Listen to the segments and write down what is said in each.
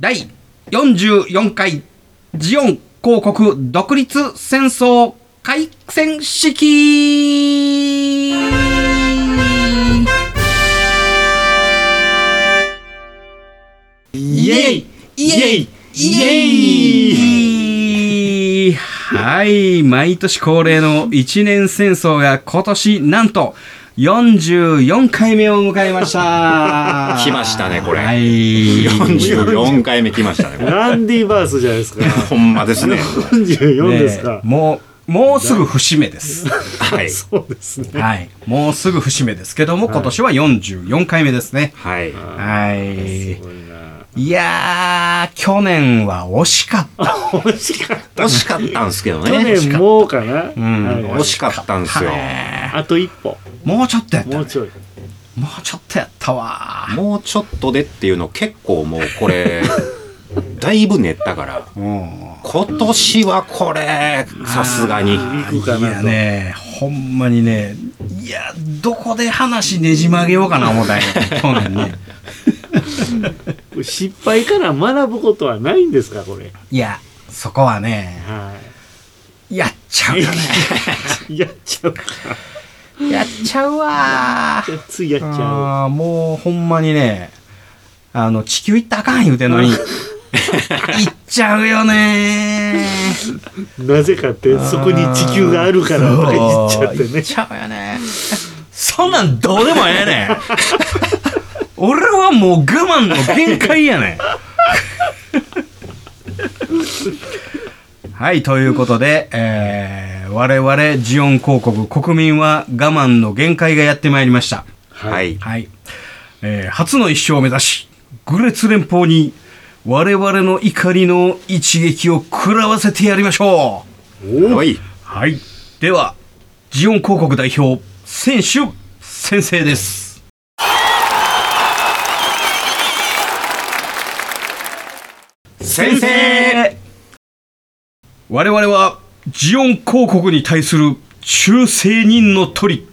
第44回ジオン広告独立戦争開戦式イエイイエイイエイエイはい、毎年恒例の一年戦争が今年なんと44回目を迎えました。 来ましたねこれはい。 44回目来ましたねこれ。ランディバースじゃないですか。 ほんまですね。 44ですねか。もう、もうすぐ節目です。はい。そうですね。はい。もうすぐ節目ですけども、今年は44回目ですね。はい。はいす。ごいな。いやー、去年は惜しかった。惜しかった。惜しかったんですけど去ね。年もうかな。んはい惜しかったんですよ。ね あと一歩。もうちょっとやったもね、うちょい。もうちょっとやったわー。もうちょっとでっていうの結構もうこ れ、だいぶ練ったから。うん今年はこれ、さすがに。行くかいなやと。ね、ほんまにね、いや、どこで話ねじ曲げようかな思ったんや、去年ね。失敗から学ぶことはないんですか、これ。いや、そこはね、はやっちゃうよね。い。やっちゃうか。やっちゃうわー。ついやっちゃあーもうほんまにねあの地球行ったらあかん言うてん のに行っちゃうよねう。なぜかって、そこに地球があるからとか言っちゃって行っね。ちゃうよねそんなんどうでもええ ねん俺はもう我慢の限界やねん はいということで、えー我々ジオン広告国民は我慢の限界がやってまいりましたはい。はい。えー初の一勝を目指し、グレツ連邦に我々の怒りの一撃を食らわせてやりましょうおおはい。はい。では、ジオン広告代表、選手先生です。先生我々は、ジオン広告に対する忠誠人の鳥、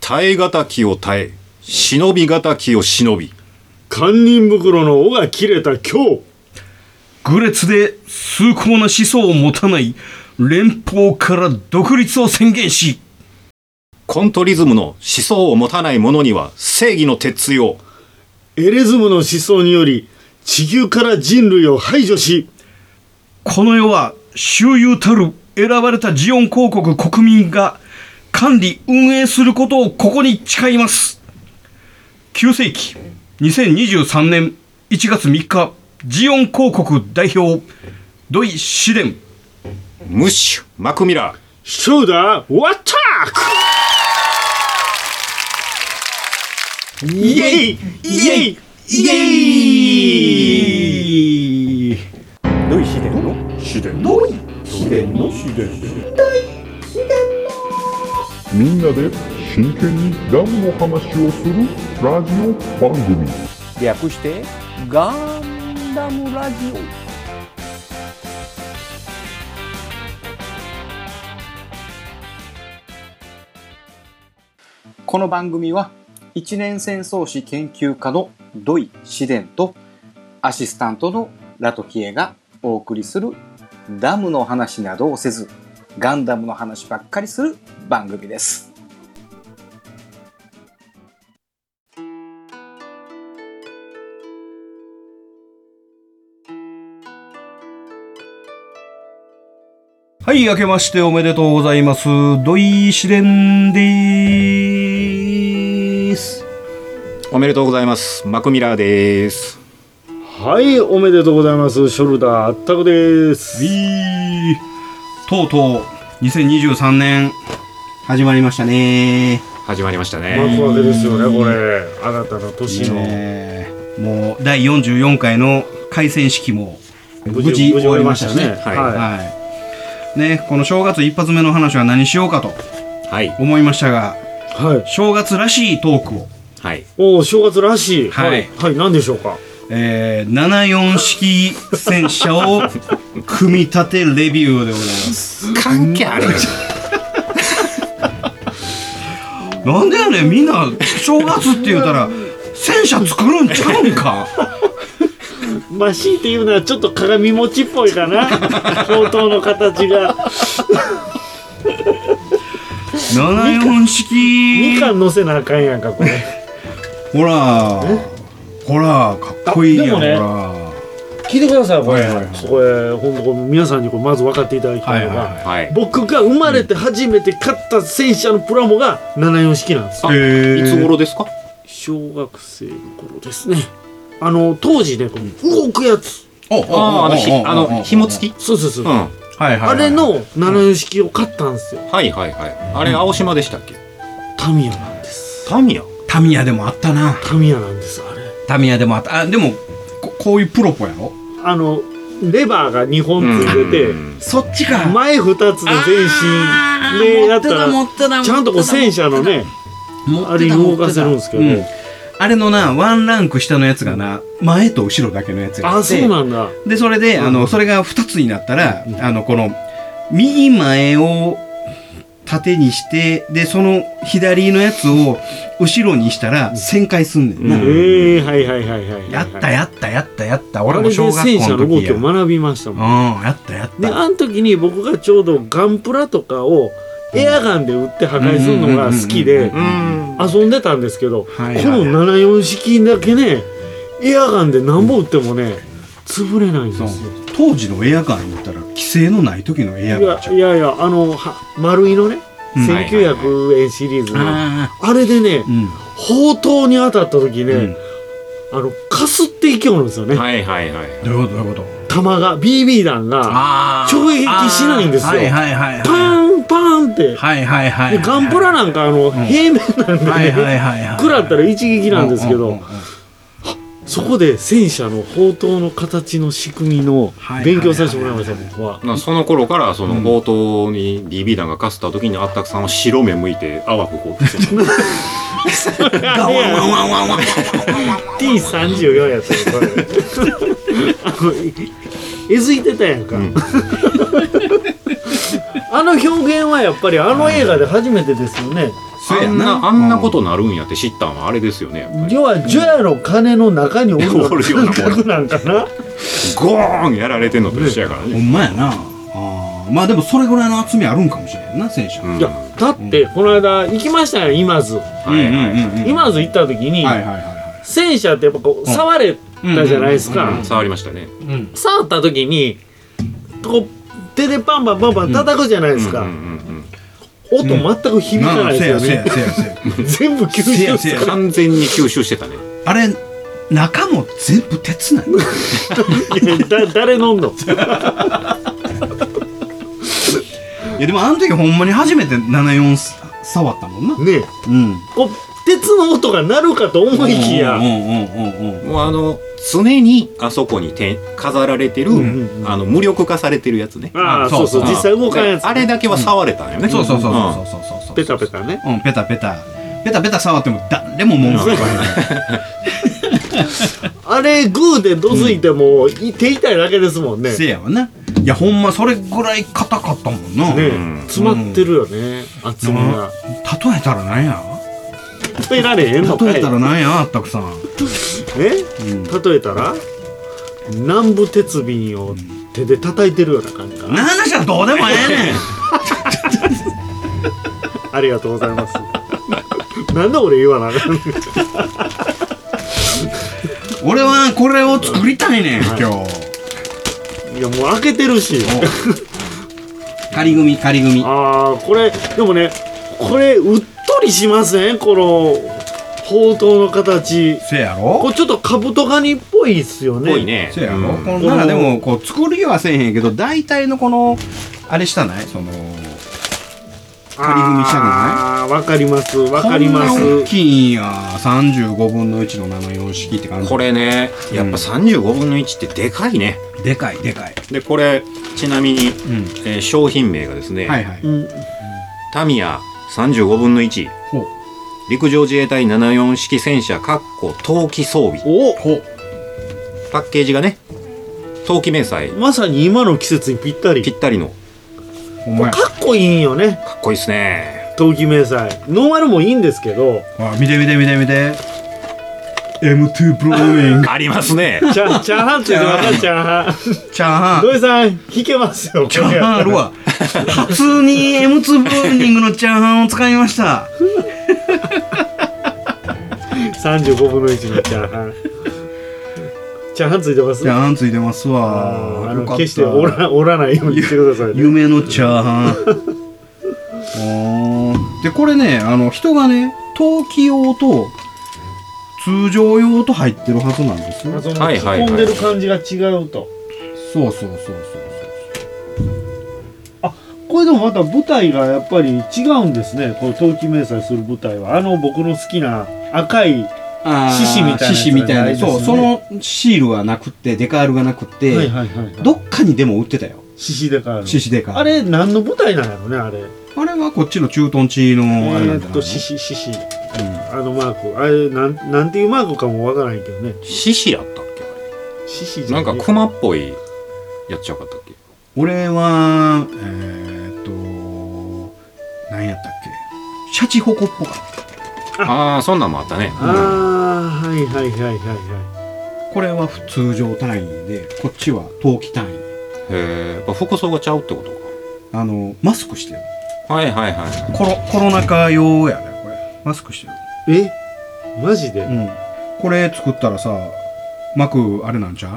耐え難きを耐え、忍び難きを忍び。堪忍袋の尾が切れた今日。グレツで崇高な思想を持たない連邦から独立を宣言し、コントリズムの思想を持たない者には正義の鉄槌を。エレズムの思想により地球から人類を排除しこの世は周遊たる選ばれたジオン広告国民が管理運営することをここに誓います9世紀2023年1月3日ジオン広告代表土井紫伝ムッシュ、マクミラー。ショーダーワッタックイエイイエイイエイ土井秘伝の秘伝の秘伝の秘伝みんなで真剣にダムの話をするラジオ番組略してガンダムラジオこの番組は一年戦争史研究家の土井紫伝とアシスタントのラトキエがお送りするダムの話などをせずガンダムの話ばっかりする番組です。はい明けましておめでとうございます土井紫伝ですおめでとうございます。マクミラーです。はいおめでとうございますショルダーあったくですいいとうとう2023年始まりましたね始まりましたね。幕開けですよねこれ新たな年のねもう第44回の開戦式も無事終わりましたねはいははいねこの正月一発目の話は何しようかとはい。思いましたがいはい正月らしいトークを、はい。おお正月らしいはいはい何でしょうかえー、74式戦車を組み立てレビューでございます関係あるなんでやねんみんな正月って言うたら戦車作るんちゃうんかまあ強いて言うのはちょっと鏡餅っぽい かな砲塔の形が74み式かん乗せなあかんやんかこれほらほらかっこいいやん、あでもねほら聞いてくださいこれ、はいはいはいこれ本当皆さんにこれまず分かっていただきたいのが、はいはいはい。僕が生まれて初めて買った戦車のプラモが74式なんですよあえいつ頃ですか小学生の頃ですねあの当時ねこの動くやつああ、あのひ、あの、紐付きそうそうそうう、ん。ははいはいはいあれの74式を買ったんですよ、いはいはい。あれ、青島でしたっけタミヤなんですタミヤタミヤでもあったなタミヤなんですあれタミヤでもあったあでもここういうプロポやろあのレバーが2本ついてて、うんそっちか前2つの前進でやったらちゃんとこう戦車のねあれに動かせるんですけど、うんあれのなワンランク下のやつがな前と後ろだけのやつやってあそうなんだでそれで、あのそれが2つになったら、あのこの右前を縦にしてでその左のやつを後ろにしたら旋回すんねんな、うんええはいはいはいはいはいやったやったやったやったあ俺れもで小学戦校車のの動時きやを学びましたうんもんやったやったであの時に僕がちょうどガンプラとかをエアガンで撃って破壊するのが好きでうん。遊んでたんですけど、はいはいこの74式だけねエアガンで何本撃ってもね潰れないんですそうよ当時のエアガン言ったら規制のない時のエアいガンやちゃいやいやあのは丸いのね、うん1900円シリーズの、あああれでね、うん砲塔に当たった時ね、うんあのかすっていきよるんですよね、はいはいはい。どういうことどういうこと弾が BB 弾があ直撃しないんですよはいはいはいパはいーンパーンって、はいはいはいでガンプラなんかあの、平面なんでね、はいはいはいはい食らったら一撃なんですけうど、ううんそこで戦車の砲塔の形の仕組みのはい勉強させてもらいました僕は。まあその頃から、その冒頭に DB 弾がかすった時にあったくさんは白目向いて淡くこうして る T34 やったよこれあのえずいてたやんか、 あの表現はやっぱりあの映画で初めてですよね、そうあやんなな、あんなことなるんやって知ったんはあれですよね、やっぱり。要は除夜の鐘の中におるよおるよううなな感覚なんかなゴーンやられてんのと一緒やからほね。んまやなあーまあでもそれぐらいの厚みあるんかもしれんな戦車うんいやだってこの間行きましたよ今津はいはいはい。今津行った時に、はいはいはいは戦車ってやっぱこう触れたじゃないですか、触りましたね。触った時にこう手でパンパンパンパン叩くじゃないですか、うんうん音全く響かないですよね、せやせやせや全部吸せ収やすせるやうん完全に吸収してたね。あれ中も全部鉄なんやだ誰飲んの いやでもあの時ほんまに初めて74触ったもんなねえうんこう鉄の音が鳴るかと思いきやうんうんうんうんうんもうあの、常にあそこにて飾られてる、んあの、無力化されてるやつね。ああそうそうそうそう実際動かんやつあれだけは触れたんよね。そうそうそうそううそうそうそうペタペタねうんペタペタペタペタ触っても誰も文句言わへんあれグーでどついても、い手痛いだけで すもんねせねやわないやほんまそれぐらい硬かったもんな、えん詰まってるよね、厚みが例えたらなんや例えられへんのかい例えたらなんやあったくさんえ、例えたら南部鉄瓶を手で叩いてるような感じかな、な話はどうでもええねんありがとうございます なんで俺言わなあかんの 俺はこれを作りたいねん今日いやもう開けてるし仮組仮組ああこれでもねこれうっとりしませんこの砲塔の形せやころれちょっとカブトガニっぽいですよねぽいね。せやろ、うんこのなんかでもこう作りはせえへんけど大体のこのあれしたないその仮組みしたくないああわかりますわかりまこすんな大きいんや35分の1の74式って感じこれね、やっぱ35分の1ってでかいね。でかいでかいで、これ、ちなみに、うんえー商品名がですね、はいはい、うんタミヤ35分の1ほう陸上自衛隊74式戦車かっこ冬季装備おほうパッケージがね冬季明細まさに今の季節にぴったりぴったりのほんまやかっこいいんよねかっこいいっすね 冬季明細ノーマルもいいんですけどあ見て見て見て見てえ M2 プローイング。ありますね。チャチャーハンついてますかチャーハチャーハン。ン。土井さん、弾けますよ。チャーハンあるわ。普通に M2 ブローニングのチャーハンを使いました。 35分の1のチャーハン。チャーハンついてますチャーハンついてますわ。あよかのった決して折ら折らないようにしてくださいね。夢のチャーハンあーでこれねあの人がね陶器用と通常用と入ってるはずなんですよそのはいはいはい突っ込んでる感じが違うと。そうそうそうそうこれでもまた舞台がやっぱり違うんですね。この冬季明細する舞台は。あの僕の好きな赤い。あー獅子みたいなやつ獅子みたいなないですねそうそのシールはなくてデカールがなくて、はいはいはい、はい。どっかにでも売ってたよ獅子でかいの。獅子デカールあれ何の舞台なんやろね、あれ。あれはこっちの駐屯地のあれなえんーだっと、獅子、獅子。あのマーク。あれ、なん、なんていうマークかもわからないけどね。獅子やったっけあ獅子れじなゃんかねえ熊っぽいやっちゃうかったっけ俺はえー、っと何やったっけシャチホコっぽかったああー、そんなんもあったね。ああ、はいはいはいはいはこれは通常単位でこっちは冬季単位へえ、やっぱ服装がちゃうってことあのマスクしてるか。はいはいはい。コロコロナ禍用やねこれマスクしてるい。えマジで、うんこれ作ったらさ幕あれなんちゃ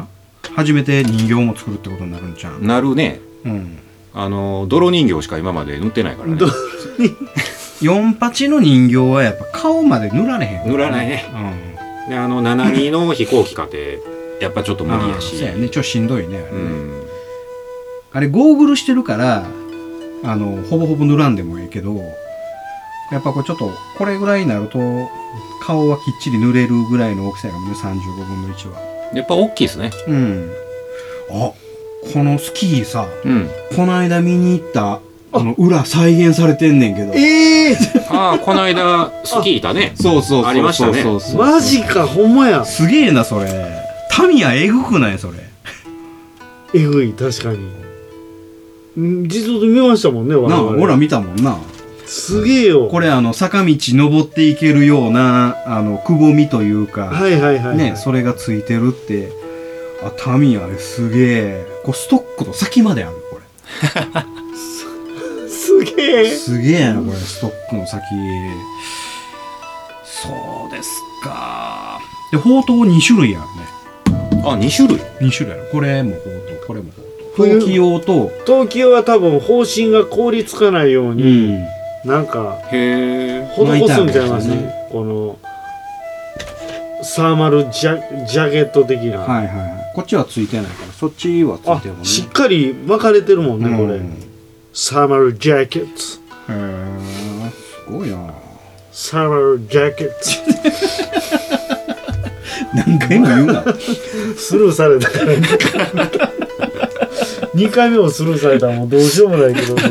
う初めて人形も作るってことになるんちゃうなるね。うんあの、泥人形しか今まで塗ってないからね。ど4八の人形はやっぱ顔まで塗られへん塗らないね。うんで、あの、72の飛行機かて、やっぱちょっと無理やあーしそう。やねちょっとしんどいねあれ,、うん。あれゴーグルしてるからあのほぼほぼ塗らんでもいいけどやっぱこうちょっとこれぐらいになると顔はきっちり塗れるぐらいの大きさやもんね35分の1はやっぱ大きいですね。うん。あ、このスキーさ、うん。こないだ見に行った、あの、裏再現されてんねんけど。ええああ、この間、スキーいたね。そうそうそうそう。ありましたねそうそうそうマジか、ほんまや。すげえな、それ。タミヤえぐくないそれ。えぐい、確かに。ん実物見ましたもんね、我なあ、々。ほら見たもんな。すげえよ。これあの、坂道登っていけるような、あの、くぼみというか、はいはいはいはい。ね、それがついてるって。あ、タミヤあれすげえ。こう、ストックの先まである、これ。すげえ。すげえな、これ、ストックの先。そうですか。で、ほうとう2種類あるね。あ、2種類。 2種類あるこれもほうとうこれもほうと冬う陶器用と東京は多分方針が凍りつかないよううに、んなんか、へえ。施すんちゃいます巻いてあるんですね。この、サーマルジャジャケット的な。はいはいはいこっちはついてないからそっちはついあてるもん、ねしっかり巻かれてるもんね、うんこれ。サーマルジャケット。へーすごいなサーマルジャケ ッ何回も言う なト。スルーされたから。2回目もスルーされたらもうどうしようもないけど。こ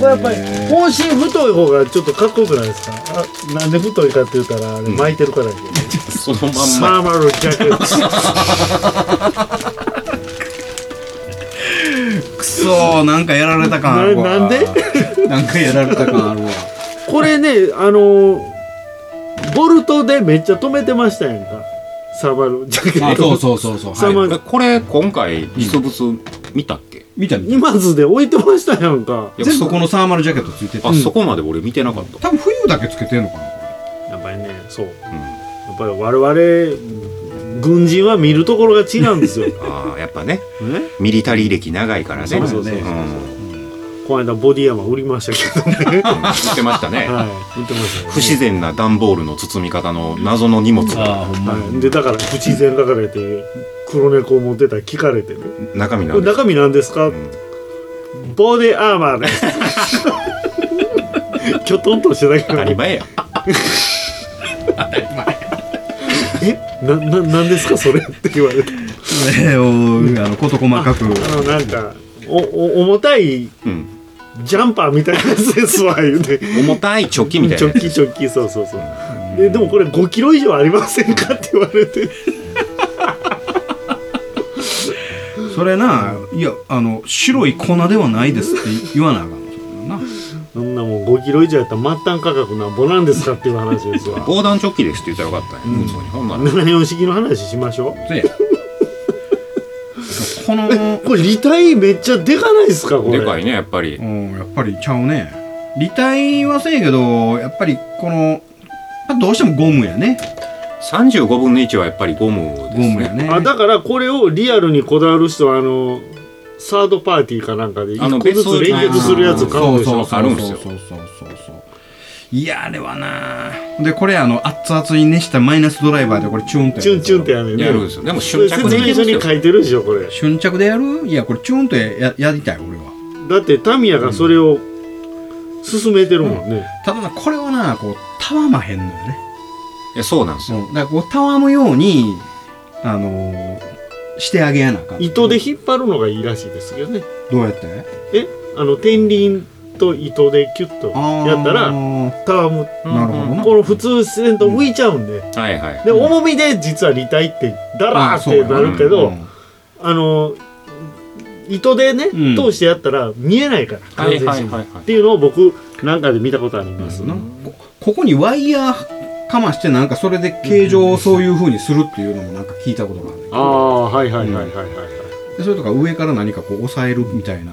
れやっぱり方針太い方がちょっとかっこよくないですかあなんで太いかって言ったらあれ巻いてるからやけど、そ のまんサま。ーマルジャケットくそーなんかやられた感あるわななんで なんかやられた感あるわこれねあのボルトでめっちゃ止めてましたやんかサーマルジャケあットそうそうそうそう、サーはマい、ルこれ、今回、実物見たっけ見た見た今津で置いてましたやんかいや全部そこのサーマルジャケットついてて、あ、そこまで俺見てなかった。多分冬だけつけてんのかなこやっぱりねそううん。やっぱり我々軍人は見るところが違うんですよ、ね、ああ、やっぱね。ミリタリー歴長いからね。そうそうそうそうんこの間ボディアマ売りましたけどね言ってましたね。 はい言ってました不自然な段ボールの包み方の謎の荷物れああがほんまね、に、はい、でだから不自然書かれて黒猫を持ってたら聞かれてね中身「なこれんです中身なんですかんボディアーマーです」 きょとんとしてたけ当どたり前や「えなななんですかそれ」って言われてそれをあの事細かくあのなんかおお重たいうんジャンパーみたいなやつですわ言うて重たいチョッキみたいチなョやッキチョッキそうそうそうででもこれ5キロ以上ありませんかって言われてそれな、いや、あの、白い粉ではないですって言わなあかん。そんななそんなもう5キロ以上やったら末端価格なんぼなんですかっていう話ですわ防弾チョッキですって言ったらよかったね、うんそうにほんなら74式の話しましょそうやこのうこれ履体めっちゃでかないですかこれでかいねやっぱりうん、やっぱりちゃうね。立体はせえへんけど、やっぱりこの、あどうしてもゴムやね。 35分の1はやっぱりゴムですゴムやねね。あだからこれをリアルにこだわる人はあのサードパーティーかなんかであの1個ずつ連結するやつ買うんでしそょうそう買うんでしょそうそうそうそうそういや、あれはなで、これあの、熱々に熱したマイナスドライバーでこれチュンって。チュンチュンって。やねんねやるんですよでもそ瞬れ着説で明き書ますによ書いてるでしょこれ瞬着でやるいや、これチュンってややりたい、俺は。だってタミヤがそれを進めてるもんね、ただな、これはな、こう、たわまへんのよね。いやそうなんですよ、うん。だからこう、たわむように、あのー、してあげやなあかん。糸で引っ張るのがいいらしいですけどねどうやってえあの天輪と糸でキュッとあーやったらなたわむるほどな。この普通せんと浮いちゃうんで、はいはいで重みで実は履体ってダラーっそうてやなるけど、うんあの糸でね、うん通してやったら見えないから完はい全に、はいはいはっいていうのを僕なんかで見たことあります、なこここにワイヤーかましてなんかそれで形状をそういう風にするっていうのもなんか聞いたことがあるね、ああはいはいはいはいはい、はでそれとか上から何かこう押さえるみたいな、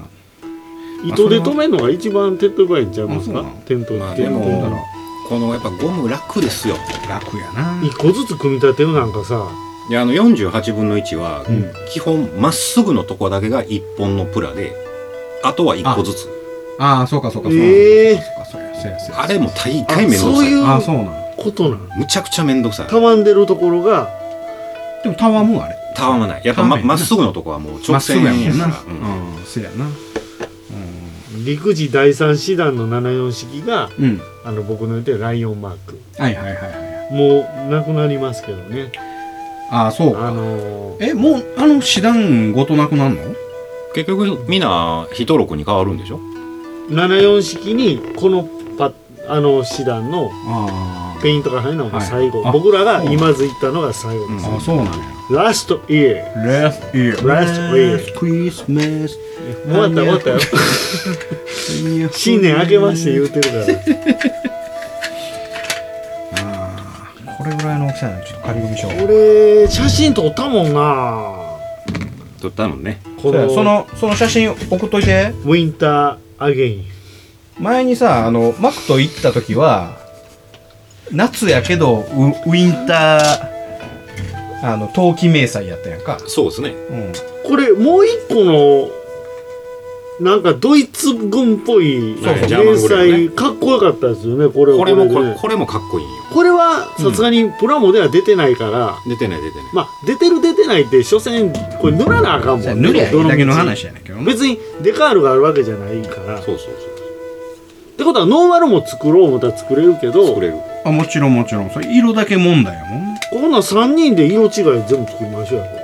い糸で止めるのが一番手っ取り早いんちゃいますあそかうなのテントまあってででもも1だらこのやっぱゴム楽ですよ楽やな個ずつ組み立てるなんかさであの48分の1はうん基本まっすぐのとこだけが1本のプラであとは1個ずつああそうかそうかそうか、ええそうかそうかそうやそうやそうやあれも大概面倒そくうさいいうああそうなのことなのむちゃくちゃ面倒くさいたわんでるところがでもタワーもあれたわまないやっぱたまわまない まっすぐのとこはもうま直っす線ぐやもんなからうんうんそうやな陸自第三師団の74式がうん、うん、あの僕の言ってるライオンマークはいはいはいはいもうなくなりますけどねああそうあかのーえもうあの師団ごとなくなんの結局みんなヒトロクに変わるんでしょ74式にこのパあの師団のあペイントが入るのが最後、はいあ僕らが今ずいったのが最後であす、ああそうなんやラストイヤーレスイヤーラストイヤークリスマス終わった終わったよ 新年明けまして言うてるからあーこれぐらいの大きさなのちょっと仮組みしようこれ写真撮ったもんなとったもんねこのそのその写真送っといてウィンターアゲイン前にさあのマクと行った時は夏やけどウウィンターあの冬季明細やったやんか、そうですねうん、これもう一個のなんかドイツ軍っぽいそうそう連ジャーマングレー載かっこよかったですよねこれこれもここれれでこれもかっこいいんよこれはさすがにプラモでは出てないから、出てない出てないまあ出てる出てないって所詮これ塗らなあかんもんじゃねあ塗りゃいどいのだけの道話やねんけどな別にデカールがあるわけじゃないからっそうそうそうてことはノーマルも作ろう思ったら作れるけど作れるあもちろんもちろんそれ色だけ問題やもんこんなん3人で色違い全部作りましょうよこれ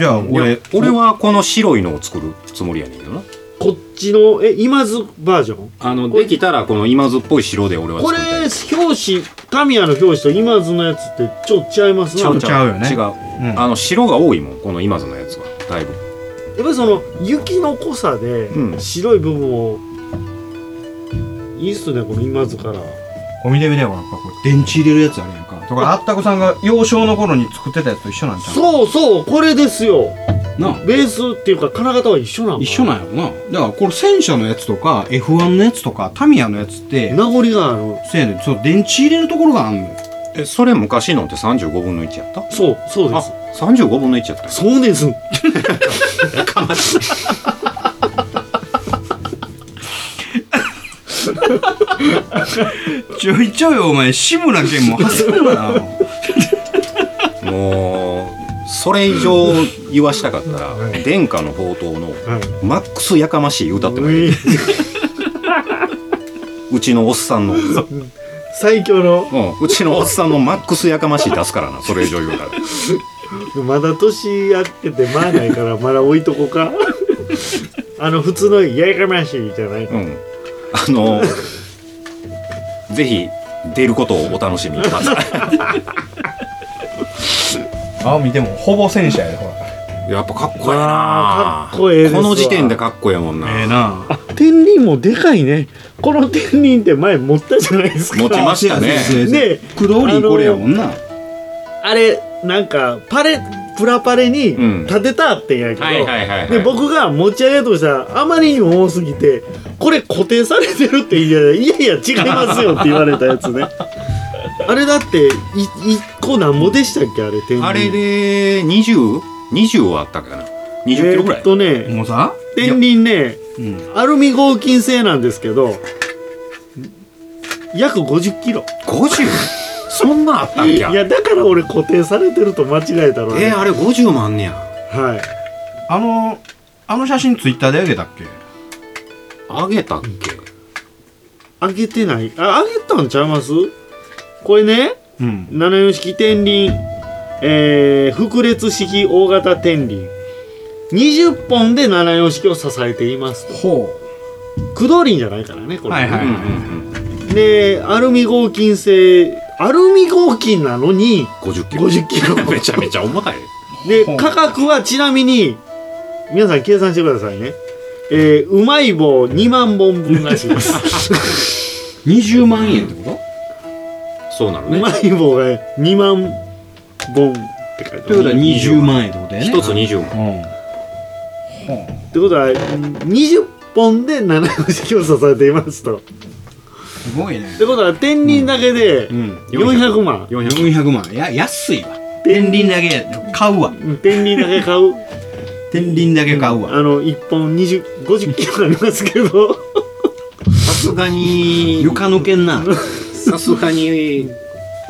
じゃあ俺俺俺はこの白いのを作るつもりやねんけどなこっちのえ今津バージョンあのこれできたらこの今津っぽい白で俺はこ作れりたい表紙タミヤの表紙と今津のやつってちょっと違いますなちょっとやちゃうよね違う、うんあの白が多いもんこの今津のやつはだいぶっぱりその雪の濃さでうん白い部分をいいっすねこの今津からお見てみればやっぱこれ電池入れるやつあるやんかとかあったこさんが幼少の頃に作ってたやつと一緒なんちゃうそうそうこれですよなあベースっていうか金型は一緒なの一緒なんやろなだからこれ戦車のやつとか F1 のやつとかタミヤのやつって名残があるせやねんそう電池入れるところがあんのよえそれ昔のって35分の1やったそうそうであす三35分の1やったそうですちょいちょいお前志村けんも走るなもうそれ以上言わしたかったらうん殿下の宝刀のはいマックスやかましい歌ってもらえるうちのおっさんの、う最強のん、うちのおっさんのマックスやかましい出すからなそれ以上言うからまだ年やっててまあないからまだ置いとこうかあの普通のややかましいじゃないうんあのぜひ出ることをお楽しみにま たあ見てもほぼ戦車やでほらやっぱかっこええわなあかっこええですわこの時点でかっこええもんな、ええな天輪もでかいねこの天輪って前持ったじゃないですか持ち ましたね。ねクドリンこれやもんなあれなんかパレプラパレにうん立てたってんやけど、はいはいはいはい。で僕が持ち上げようとしたらあまりにも多すぎてこれ固定されてるって言いやいやいや違いますよって言われたやつねあれだってい1個なんぼでしたっけあれ天輪あれで 20?20 はあったかな。20キロぐらえーっい。とねもうさ天輪ねうんアルミ合金製なんですけど約50キロ 50? そんなんあったんいきゃ。やだから俺固定されてると間違えたのね、えー、あれ50万ねや。はいあのあの写真ツイッターであげたっけあげたっけ上げてないあ上げたんちゃいますこれねうん七四式天輪、えー、複列式大型天輪20本で七四式を支えていますとほ駆動輪じゃないからねこれね、はいはういんうんうん。でアルミ合金製アルミ合金なのに50キロ。 50キロ めちゃめちゃ重たい。でほう価格はちなみに皆さん計算してくださいねえー、うまい棒2万本分らしいですう20万円ってこそうなのうねま。い棒が2万本って書いてあるとということは20万円ってことだよね一つ20万。うんほってことは20本で七四式を支えていますと。っうすごいねてことは天輪だけでうん400万、 400 400万いや安いわ天輪だけ買うわうん天輪だけ買う天輪だけ買うわあの1本20 50キロありますけどさすがに、床抜けんなさすがに、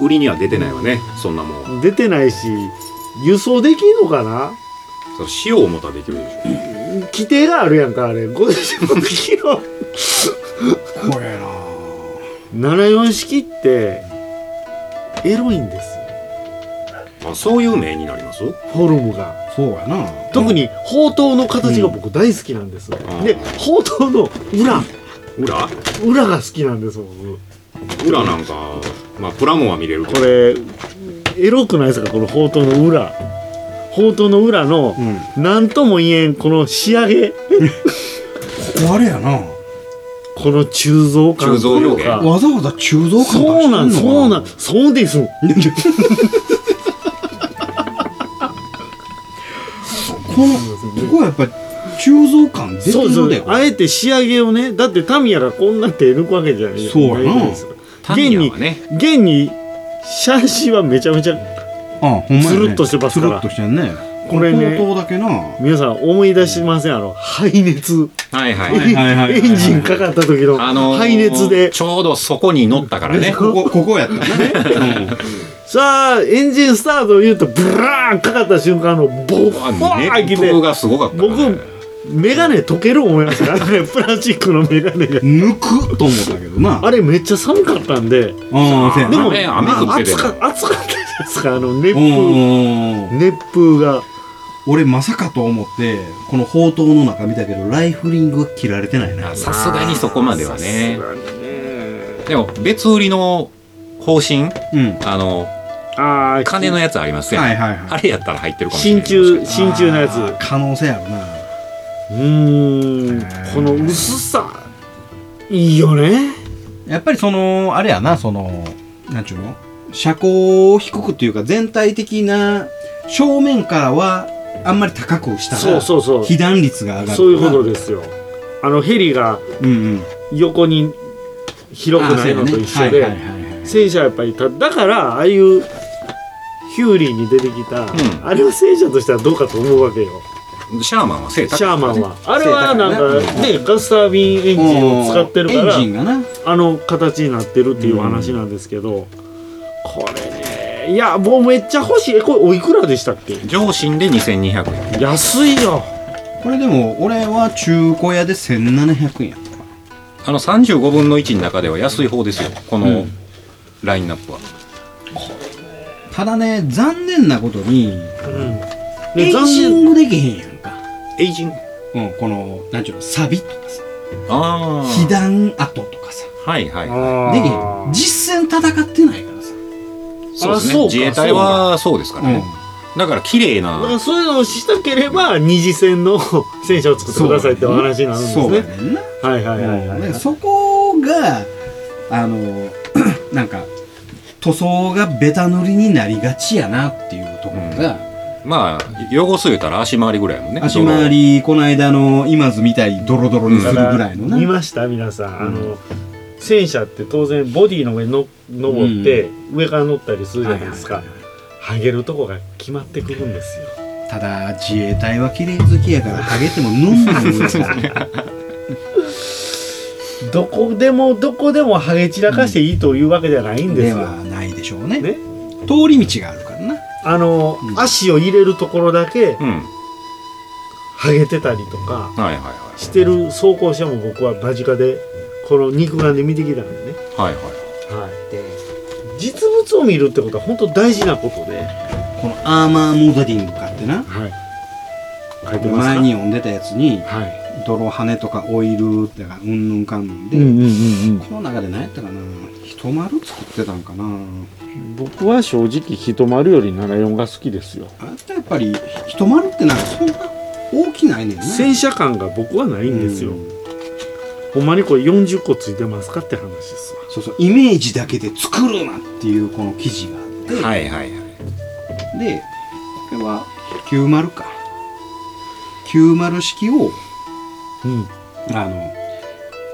売りには出てないわね。そんなもんは。出てないし輸送できるのかなそう塩をもたらできるでしょ。規定があるやんかあれ50キロ怖えな74式ってエロいんですよあそういう名になりますフォルムがそうやな特に砲塔の形が僕大好きなんです、んで砲塔の裏裏裏が好きなんです僕裏なんか、まあ、プラモは見れるけこど、れエロくないですかこの砲塔の裏砲塔の裏のうん何とも言えんこの仕上げこれやなこの鋳造感鋳造表現とかわざわざ鋳造感出してそうんのかなんそうなんそうですこのここはやっぱり鋳造感出てそうるそのだうよあえて仕上げをねだってタミヤがこんな手抜くわけじゃないそうやなないですよタミヤはね、現にシャンシーはめちゃめちゃあほんまやねつるっとしてますからつるっとしてんねこれねこの砲塔だけな皆さん思い出しませんあの排熱はいはい、いはいはいはいエンジンかかった時のあ のー排熱でちょうどそこに乗ったから ね、ここここやったねさあエンジンスタートを言うとブラーンかかった瞬間のボッフあァー熱来風てがすごかったからね、僕メガネ溶ける思いましたからねプラスチックのメガネが抜くと思ったけどなあれめっちゃ寒かったんであででももね雨降ってて暑か暑かったじゃないですかあの熱う風ん熱風が俺まさかと思ってこの砲塔の中見たけどライフリングは切られてないねあさすがにそこまではねさすがにねでも別売りの方針うんはあのああ金のやつありますいやん、はいはあれやったら入ってるかもしれ真ない鍮い真鍮のやつあーう可能性あるなーんこの薄さいいよねやっぱりそのあれやなそのなんちゅうの車高を低くっていうか全体的な正面からはあんまり高くしたらそうそうそう被弾率が上がるそういうことですよあのヘリがうんうん横に広くないのと一緒で、あーそうやねはいはいはいはい戦車はやっぱりただからああいうヒューリーに出てきた、んあれは戦車としてはどうかと思うわけよシャーマンは背高いシャーマンはあれは背高いねなんかねガスタービンエンジンを使ってるかエンらジンがなあの形になってるっていう話なんですけど、これねいやもうめっちゃ欲しいえこれおいくらでしたっけ上心で2200円安いよこれでも俺は中古屋で1700円やったわあの35分の1の中では安い方ですよこのラインナップは、ただね残念なことにうんエでイ残ジン念グできへんやんか、エイジングうん、このなんちゅうのサビとかさあ被あ弾跡とかさはいはいあできへーん実戦戦ってないからさそうですあねそうか自衛隊はそうですからね、うだから綺麗だからなそういうのをしたければ二次戦の 戦車を作ってくださいってお話になるんですそうやね。ねんなはいはいはいはい。ねそこがあの なんか塗装がベタ塗りになりがちやなっていうところが、まあ汚す言うたら足回りぐらいやもんね足回りこの間の今津みたいにドロドロにするたぐだらいのな、見ました皆さん、あの戦車って当然ボディの上の登って、上から乗ったりするじゃないですか、はいはいはげるとこが決まってくるんですよただ自衛隊は綺麗好きやからハゲてもぬんぬん上からどこでもどこでもはげ散らかしていいというわけじゃないんでですよ、はないでしょう ねね通り道があるからなあの、うん足を入れるところだけうんはげてたりとかはいはいはしてる走行車も僕は間近でこの肉眼で見てきたんでね、いはいはいはい、で実物を見るってことは本当大事なことで、このアーマーモデリングかってなはい、書いてますか前に読んでたやつにはい泥羽とかオイルだからうんぬんかんぬんで、うんうんこの中で何やったかな一丸作ってたんかな僕は正直ひとまるより74が好きですよあとやっぱり一丸ってなんかそんな大きないねんな戦車感が僕はないんですよ、うんほんまにこれ40個ついてますかって話ですわそうそうイメージだけで作るなっていうこの記事があってはいはいはいでこれは90か90式をうんあの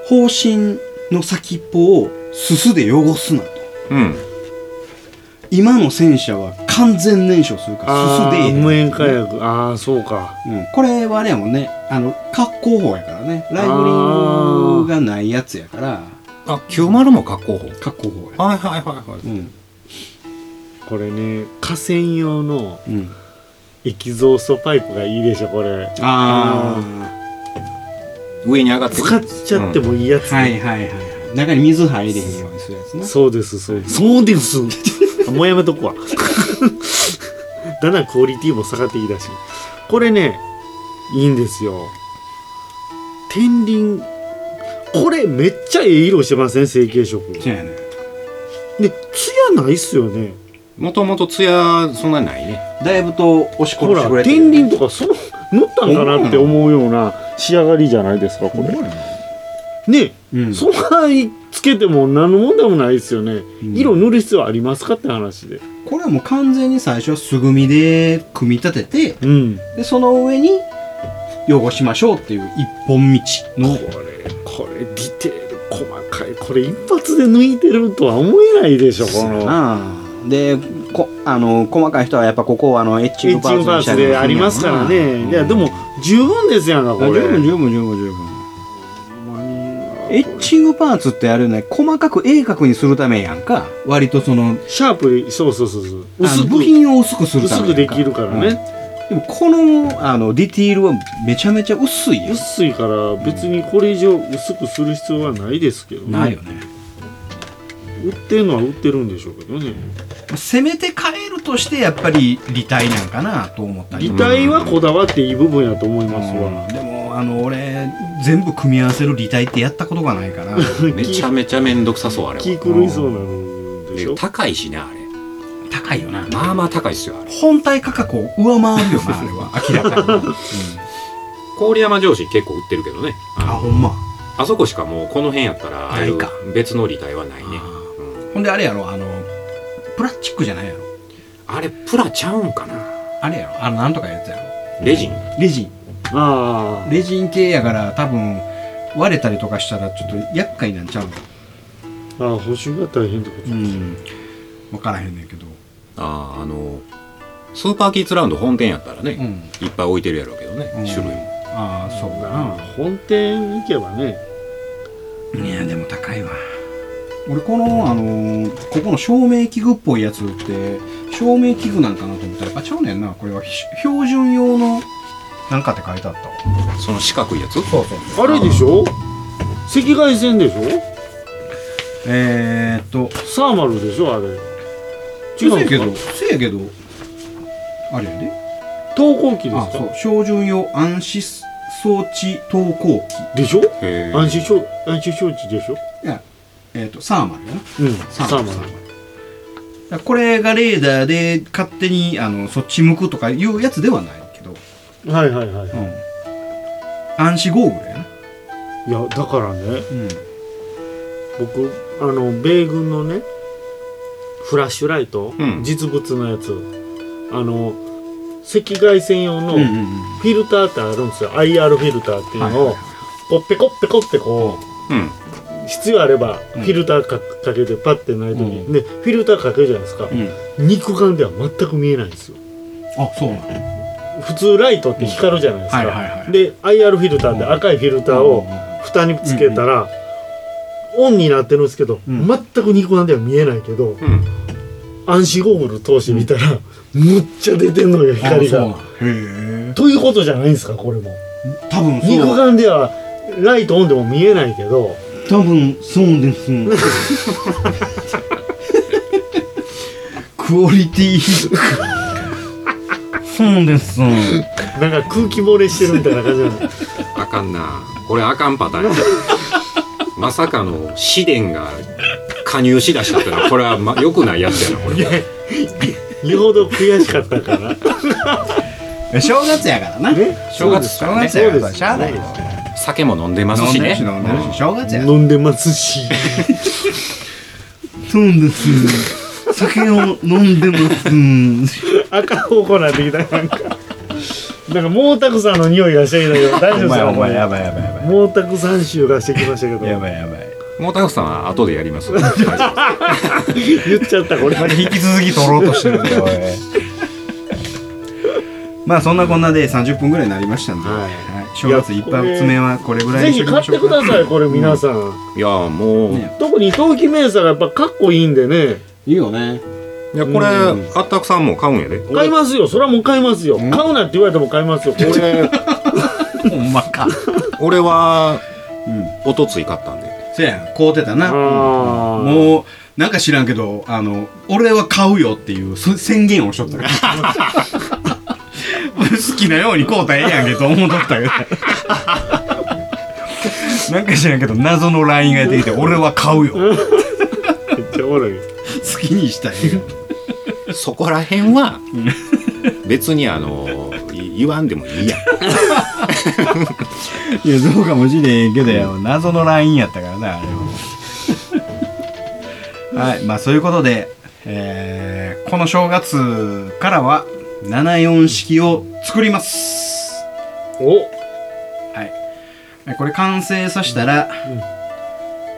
方針の先っぽをすすで汚すなとうん今の戦車は完全燃焼するからあすすでええねあん無塩火薬ああそうかうん、これはあれやもんねあの格好法やからねライブリングがないやつやからあ90も加工法格好法やはいはいはいはいうんこれね河川用のうん液造素パイプがいいでしょこれあ上に上がって使っちゃってもいいやつ、あはいはいはいはい中に水入れへんようにするやつなそうですそうですそうですあもうやめとくわだんだんクオリティも下がっていいだしこれねいいんですよ天輪これめっちゃええ色してません成型色そうやねでツヤないっすよねもともと艶そんなにないねだいぶと押しほ殺してくられて天輪とかその塗ったんかなって思うような仕上がりじゃないですかこれねうんそんなにつけても何の問題もないですよね、うん色塗る必要ありますかって話でこれはもう完全に最初は素組みで組み立ててうんでその上に汚しましょうっていう一本道のこれこれディテール細かいこれ一発で抜いてるとは思えないでしょこのああでこあの細かい人はやっぱここをあのエッエチンッグパチーングツパーにしたツりでありますからね、うんいやでも十分ですやんかあこれ十分十分十分十分ほんまにエッチングパーツってあれね細かく鋭角にするためやんか割とそのシャープでそうそうそうそうあの薄部く品を薄くするため薄やんくできるからね、うんでもこのあのディティールはめちゃめちゃ薄いよ薄いから別にこれ以上薄くする必要はないですけどねないよね売ってるのは売ってるんでしょうけどねせめて変えるとしてやっぱり履体なんかなと思ったり擬態はこだわっていい部分やと思いますわ、でもあの俺全部組み合わせる履体ってやったことがないからめちゃめちゃめんどくさそうあれは気狂いそうなのでしでょ高いしねあれ高いよなまあまあ高いっすよあれ本体価格を上回るよなあれは明らかに、うん郡山城市結構売ってるけどねああのほんまあそこしかもうこの辺やったらああいうないか別の履体はないねあうんーほんであれやろあのプラスチックじゃないやろあれプラちゃうんかなあれやろあのなんとかいうやつやろレジンレジンあレジン系やから多分割れたりとかしたらちょっと厄介なんちゃうあああ補修が大変ってこと、ん分からへんねんけどあああのスーパーキッズラウンド本店やったらね、うんいっぱい置いてるやろうけどね、うん種類もああそうかあなあ本店行けばねいやでも高いわ俺このあのーここの照明器具っぽいやつって照明器具なんかなと思ったらやっぱちゃうねんなこれはひ標準用のなんかって書いてあったわその四角いやつそうそうあれでしょ赤外線でしょえー、っとサーマルでしょあれ違せやけうどのかせやけどあれやで投光器ですあかそう標準用暗視装置投光器でしょへ安心承安心承知でしょいやえー、っとサーマルやなうんサーマルサーマルだからこれがレーダーで勝手にあのそっち向くとかいうやつではないけど、はいはいはい、うん、暗視ゴーグルやな、いやだからねうん、僕あの米軍のねフラッシュライト、うん実物のやつあの赤外線用のうんうんフィルターってあるんですよ、IR フィルターっていうのを、はいはいはいこうペコッペコッペこうん。う必要あればうフんィルターかかけてパッてない時に、うでフィルターかけるじゃないですか、うん肉眼では全く見えないんですよあそうなの普通ライトって光るじゃないですか、うんはいはいはいで IR フィルターで赤いフィルターを蓋につけたら、オンになってるんですけど、うん全く肉眼では見えないけど、うん。暗視ゴーグル通して見たら、むっちゃ出てんのよあそう光なのが。へえということじゃないんですかこれも多分そう肉眼ではライトオンでも見えないけど多分そうです クオリテ ィそうですなんか空気漏れしてるみたいな感じなのあかんな。これあかんパ ターンや。まさかの試練が加入しだしたってのは、これはま良くないやつやな、これ。よほど悔しかったから 正月やからなね正月ですからね正月やからしゃあないよ酒も飲んでます飲んしでるねし。飲んでるし正月や飲んでますしそうです酒を飲んでます赤方向なってきたなんかなんか毛沢さんの匂いがしてきたけど大丈夫ですかばいやばいやば毛沢山臭がしてきましたけどばいやばいもうたくさんは後でやります。 は言っちゃったこれ引き続き取ろうとしてるんだ よまあそんなこんなで30分ぐらいになりましたんで、はいはい正月一発目はこれぐらいぜにしひときま買っしょてうかくださいこれ皆さん、いいや、もう、ね特に陶器名作がやっぱかっこいいんでねいいよねいや、これ、あったくさんも買うんやで。買いますよそれはもう買いますようん買うなって言われても買いますよこれ俺、ほんま か俺は、うんおとつい買ったんで。せやん買うてたなあーもうなんか知らんけどあの俺は買うよっていうそ宣言をしとったから 好きなように買うたらええやんけと思っとったけど なんか知らんけど謎の LINE が出てきて俺は買うよ好めっちゃおもろいきにしたいそこら辺は、別にあの、い言わんでもいいやん。いやそうかもしれんけどや謎の LINE やったからなあれははい まあそういうことで、えーこの正月からは74式を作りますおえこれ完成させたら、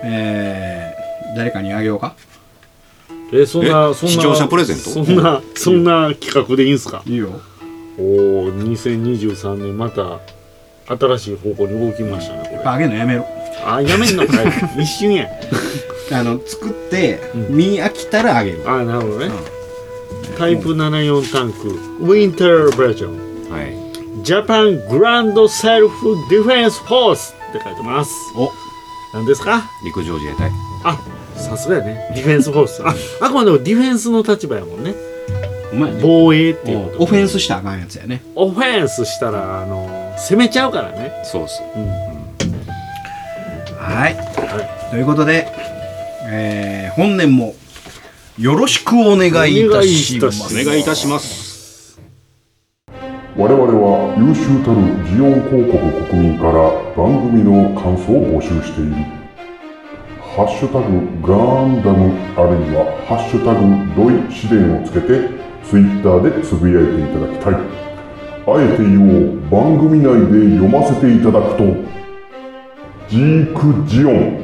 えー誰かにあげようかえそんなえそんな視聴者プレゼントそんなそんな企画でいいんすかいいよおお2023年また新しい方向に動きましたねこれあげるのやめろあやめんのか い一瞬やあの作って、う見飽きたらあげるあなるほどねタイプ74タンクウィンターバージョンはい。ジャパングランドセルフディフェンスフォースって書いてますお何ですか陸上自衛隊。あさすがやねディフェンスフォースああくまでもディフェンスの立場やもんねお前ね防衛っていうことオフェンスしたらあかんやつやねオフェンスしたらあの攻めちゃうからね、そうっす。はい、はということで、えー本年もよろしくお願いいたしまおすお願いいたします。我々は優秀たるジオン広告国民から番組の感想を募集しているハッシュタグガンダムあるいはハッシュタグドイ試練をつけてツイッターでつぶやいていただきたいあえて言おう番組内で読ませていただくとジークジオン